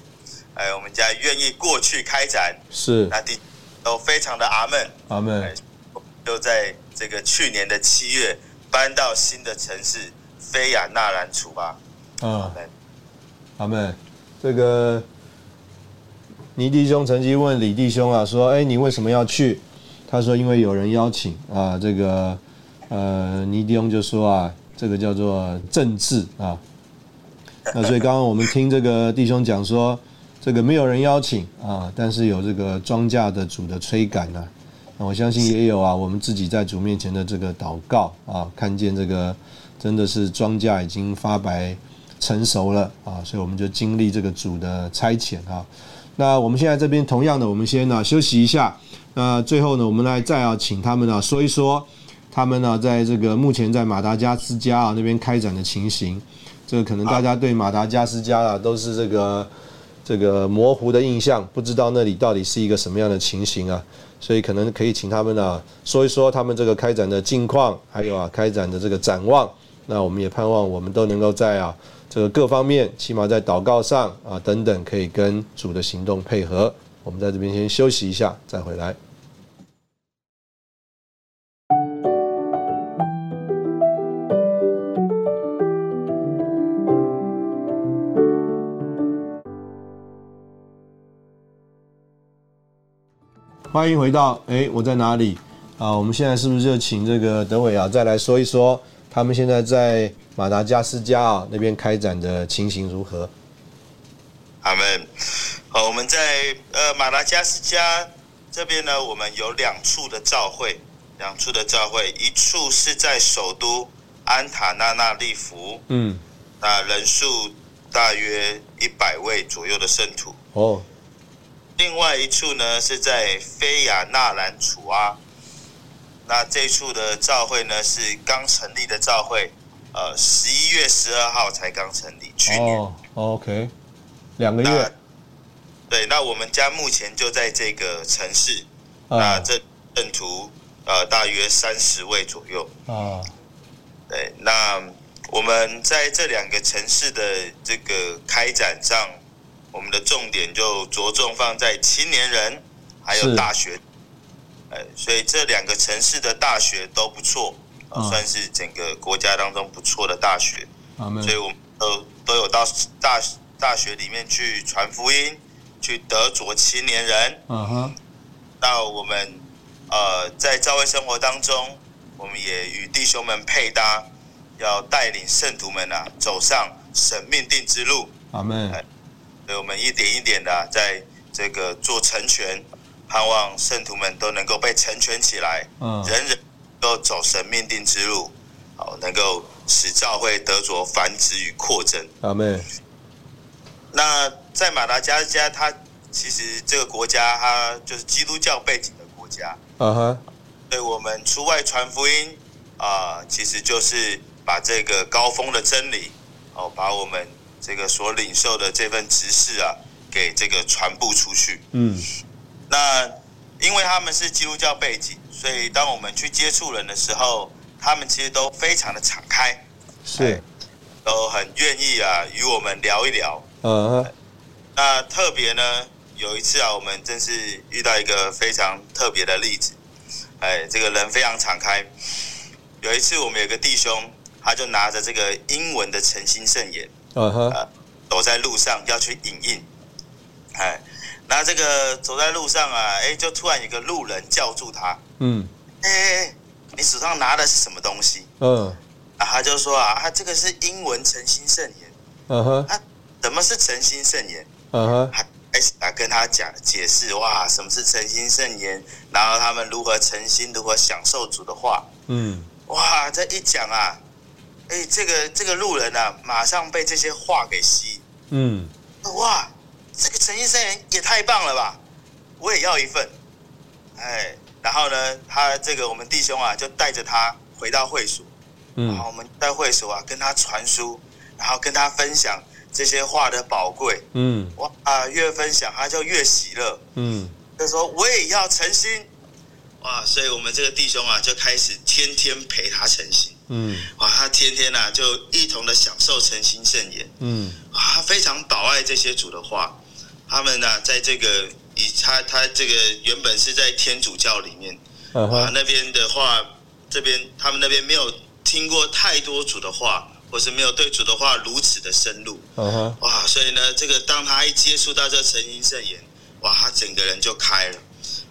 B: 哎，我们家愿意过去开展，
A: 是
B: 那弟都非常的阿门。
A: 阿妹
B: 哎，我就在这个去年的七月搬到新的城市菲亚纳兰楚巴。
A: 嗯，阿门。这个倪弟兄曾经问李弟兄啊，说：“哎，你为什么要去？”他说：“因为有人邀请啊。”这个呃，倪弟兄就说啊，这个叫做政治啊。那所以刚刚我们听这个弟兄讲说，这个没有人邀请啊，但是有这个庄稼的主的催赶啊。那我相信也有啊，我们自己在主面前的这个祷告啊，看见这个真的是庄稼已经发白成熟了啊，所以我们就经历这个主的差遣啊。那我们现在这边同样的，我们先呢、啊、休息一下。那最后呢，我们来再要、啊、请他们呢、啊、说一说他们呢在这个目前在马达加斯加啊那边开展的情形。这个可能大家对马达加斯加啊都是这个这个模糊的印象，不知道那里到底是一个什么样的情形啊，所以可能可以请他们啊说一说他们这个开展的近况，还有啊开展的这个展望。那我们也盼望我们都能够在啊这个各方面，起码在祷告上啊等等，可以跟主的行动配合。我们在这边先休息一下，再回来。欢迎回到哎，我在哪里啊？我们现在是不是就请这个德伟啊，再来说一说他们现在在马达加斯加啊那边开展的情形如何？
B: 阿门。好，我们在呃马达加斯加这边呢，我们有两处的教会，两处的教会，一处是在首都安塔纳纳利福，
A: 嗯，
B: 那人数大约一百位左右的圣徒。
A: 哦，
B: 另外一处呢是在菲亚纳兰楚阿，那这一处的教会呢是刚成立的教会，呃，十一月十二号才刚成立，去年。
A: 哦，OK，两个
B: 那
A: 月
B: 对，那我们家目前就在这个城市，那
A: 啊
B: 这正途呃大约三十位左右。
A: 啊，
B: 对，那我们在这两个城市的这个开展上，我们的重点就着重放在青年人还有
A: 是
B: 大学，呃，所以这两个城市的大学都不错，呃
A: 嗯
B: 算是整个国家当中不错的大学，
A: 啊阿门
B: 所以我们都都有到大大学里面去传福音，去得着青年人，
A: 啊哈，
B: 那我们呃在教会生活当中，我们也与弟兄们配搭，要带领圣徒们啊走上神命定之路。
A: 阿门，
B: 哎所以我们一点一点的、在这个做成全，盼望圣徒们都能够被成全起来，
A: 嗯
B: 人人都走神命定之路，好能够使教会得着繁殖与扩增。
A: 阿门，
B: 那在马达加斯加，它其实这个国家它就是基督教背景的国家，
A: 啊哈，
B: 对我们出外传福音啊、其实就是把这个高峰的真理哦，把我们这个所领受的这份职事啊，给这个传播出去。
A: 嗯，
B: 那因为他们是基督教背景，所以当我们去接触人的时候，他们其实都非常的敞开，哎
A: 是，
B: 都很愿意啊与我们聊一聊。
A: 啊哈，
B: 那特别呢，有一次啊，我们真是遇到一个非常特别的例子，哎，这个人非常敞开。有一次，我们有个弟兄，他就拿着这个英文的诚心圣言，
A: 啊哈，
B: 呃，走在路上要去影印，哎，那这个走在路上啊，哎，就突然有个路人叫住他，
A: 嗯
B: 哎哎，哎你手上拿的是什么东西？
A: 嗯，
B: 啊，他就说啊，他这个是英文诚心圣言，
A: 啊哈，
B: 啊，怎么是诚心圣言？
A: 啊哈，
B: 还开始啊跟他讲解释哇，什么是诚心圣言，然后他们如何诚心，如何享受主的话。
A: 嗯，
B: 哇，这一讲啊，哎，这个这个路人啊，马上被这些话给吸引。
A: 嗯，
B: 哇，这个诚心圣言也太棒了吧！我也要一份。哎，然后呢，他这个我们弟兄啊，就带着他回到会所，然后
A: 嗯，
B: 我们在会所啊，跟他传输，然后跟他分享这些话的宝贵。
A: 嗯，
B: 哇，越分享他就越喜乐。
A: 嗯，
B: 就说我也要诚心，哇！所以我们这个弟兄啊，就开始天天陪他诚心，
A: 嗯，
B: 哇！他天天啊，就一同的享受诚心圣言，
A: 嗯，
B: 哇！他非常保爱这些主的话，啊他们呢、在这个以他他这个原本是在天主教里面，
A: 嗯
B: 啊，
A: 哼，
B: 那边的话，这边他们那边没有听过太多主的话，或是没有对主的话如此的深入。
A: 嗯哼，
B: 哇，所以呢，这个当他一接触到这诚心圣言，哇，他整个人就开了，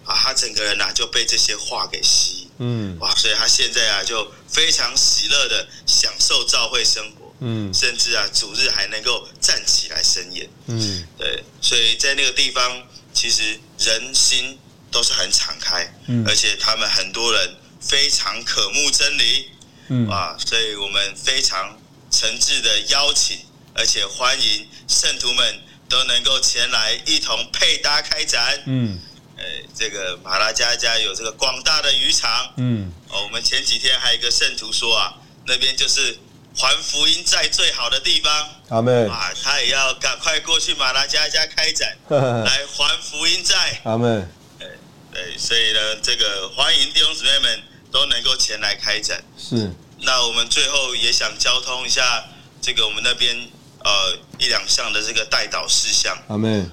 B: 啊，他整个人呐、就被这些话给吸引，
A: 嗯
B: 哇，所以他现在啊就非常喜乐的享受教会生活，
A: 嗯
B: 甚至啊主日还能够站起来伸言，
A: 嗯
B: 对，所以在那个地方，其实人心都是很敞开，
A: 嗯
B: 而且他们很多人非常渴慕真理，
A: 嗯，
B: 啊，所以我们非常诚挚的邀请，而且欢迎圣徒们都能够前来一同配搭开展。
A: 嗯
B: 呃，这个马拉加家有这个广大的渔场。
A: 嗯，
B: 哦，我们前几天还有一个圣徒说啊，那边就是环福音在最好的地方
A: 阿妹，
B: 啊，他也要赶快过去马拉加家开展，
A: 嗯
B: 来环福音在。
A: 阿妹，
B: 对，所以呢，这个欢迎弟兄姊妹们都能够前来开展。
A: 是，
B: 那我们最后也想交通一下这个我们那边呃一两项的这个带导事项。
A: 阿妹，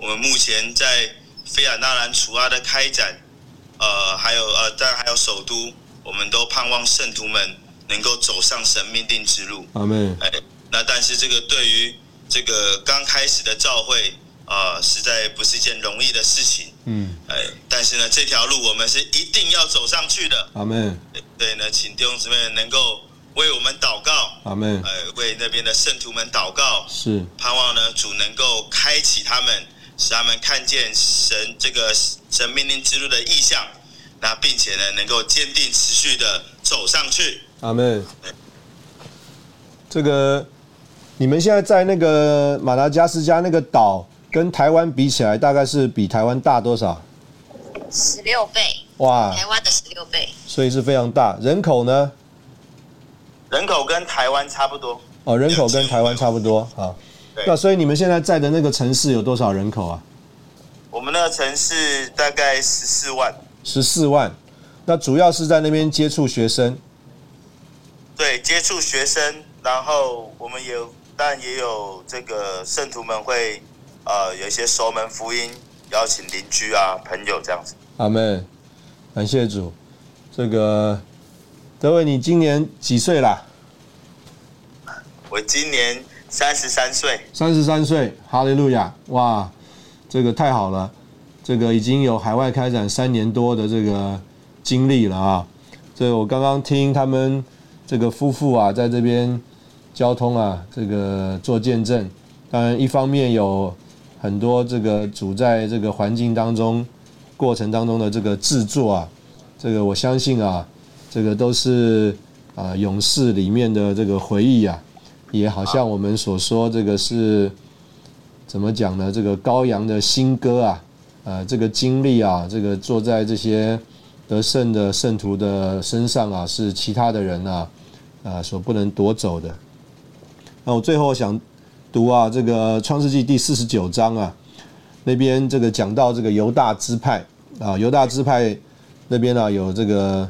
B: 我们目前在菲亚纳兰楚阿的开展，呃，还有呃，当然还有首都，我们都盼望圣徒们能够走上神命定之路。
A: 阿妹，
B: 哎，那但是这个对于这个刚开始的教会啊、呃实在不是一件容易的事情。
A: 嗯，
B: 哎，但是呢，这条路我们是一定要走上去的。
A: 阿妹，
B: 对呢，请弟兄姊妹能够为我们祷告，
A: 阿妹，
B: 呃，为那边的圣徒们祷告，
A: 是，
B: 盼望呢主能够开启他们，使他们看见神这个神命令之路的意向，那并且呢能够坚定持续的走上去。
A: 阿妹，这个你们现在在那个马达加斯加那个岛，跟台湾比起来，大概是比台湾大多少？
C: 十六倍，
A: 哇，
C: 台湾的十六倍，
A: 所以是非常大。人口呢？
B: 人口跟台湾差不多，
A: 哦，人口跟台湾差不多啊。
B: 对
A: 那所以你们现在在的那个城市有多少人口啊？
B: 我们那个城市大概十四万，
A: 十四万。那主要是在那边接触学生。
B: 对，接触学生，然后我们也有，但也有这个圣徒们会，呃，有一些熟门福音，邀请邻居啊、朋友这样子。
A: 阿妹，感谢主。这个德伟，你今年几岁啦？
B: 我今年三十三岁，
A: 三十三岁，哈利路亚！哇，这个太好了，这个已经有海外开展三年多的这个经历了啊。这我刚刚听他们这个夫妇啊，在这边交通啊，这个做见证。当然，一方面有很多这个主在这个环境当中、过程当中的这个制作啊，这个我相信啊，这个都是啊、呃勇士里面的这个回忆啊。也好像我们所说，这个是怎么讲呢？这个羔羊的新歌啊，呃，这个经历啊，这个坐在这些得胜的圣徒的身上啊，是其他的人啊，呃，所不能夺走的。那我最后想读啊，这个《创世纪》第四十九章啊，那边这个讲到这个犹大支派啊，犹大支派那边呢、啊、有这个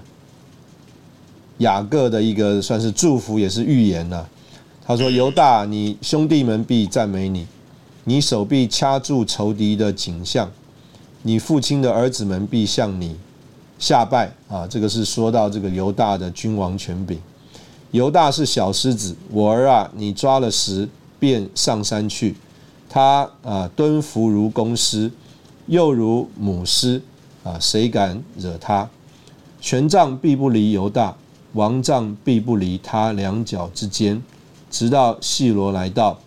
A: 雅各的一个算是祝福，也是预言啊呐、他说：“犹大，你兄弟们必赞美你，你手臂掐住仇敌的颈项，你父亲的儿子们必向你下拜。”啊，这个是说到这个犹大的君王权柄。犹大是小狮子，我儿啊，你抓了食便上山去。他啊，蹲伏如公狮，又如母狮啊，谁敢惹他？权杖必不离犹大，王杖必不离他两脚之间。直到细罗来到，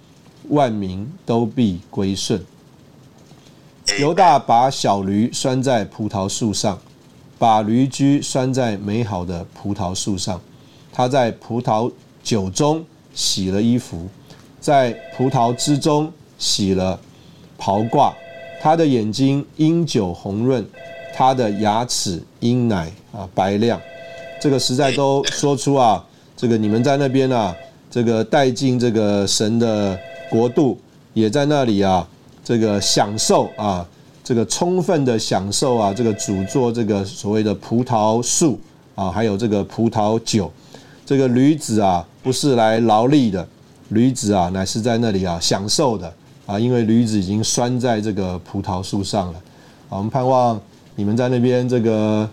A: 万民都必归顺。犹大把小驴拴在葡萄树上，把驴驹拴在美好的葡萄树上。他在葡萄酒中洗了衣服，在葡萄汁中洗了袍褂。他的眼睛因酒红润，他的牙齿因奶啊白亮。这个时代都说出啊，这个你们在那边啊，这个带进这个神的国度，也在那里啊，这个享受啊，这个充分的享受啊，这个主做这个所谓的葡萄树啊，还有这个葡萄酒，这个驴子啊，不是来劳力的，驴子啊，乃是在那里啊享受的啊，因为驴子已经拴在这个葡萄树上了。啊，我们盼望你们在那边这个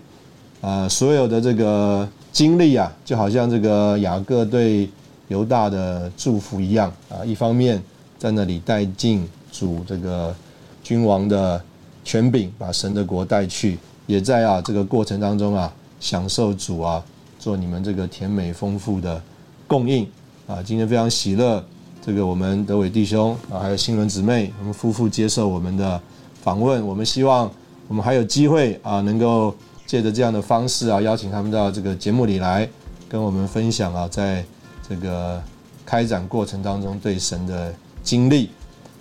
A: 呃所有的这个经历啊，就好像这个雅各对犹大的祝福一样啊，一方面在那里带进主这个君王的权柄，把神的国带去，也在啊这个过程当中啊，享受主啊做你们这个甜美丰富的供应啊。今天非常喜乐，这个我们德伟弟兄啊，还有新伦姊妹，我们夫妇接受我们的访问，我们希望我们还有机会啊，能够借着这样的方式啊，邀请他们到这个节目里来，跟我们分享啊，在这个开展过程当中对神的经历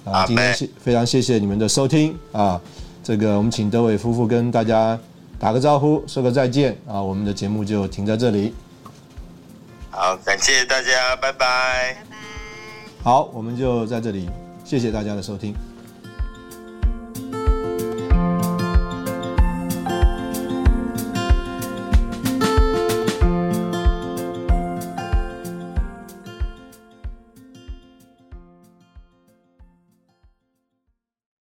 A: 啊。
B: 阿
A: 今天
B: 们
A: 谢非常谢谢你们的收听啊，这个我们请德伟夫妇跟大家打个招呼，说个再见啊，我们的节目就停在这里。
B: 好，感谢大家，拜拜。
C: 拜拜。
A: 好，我们就在这里，谢谢大家的收听。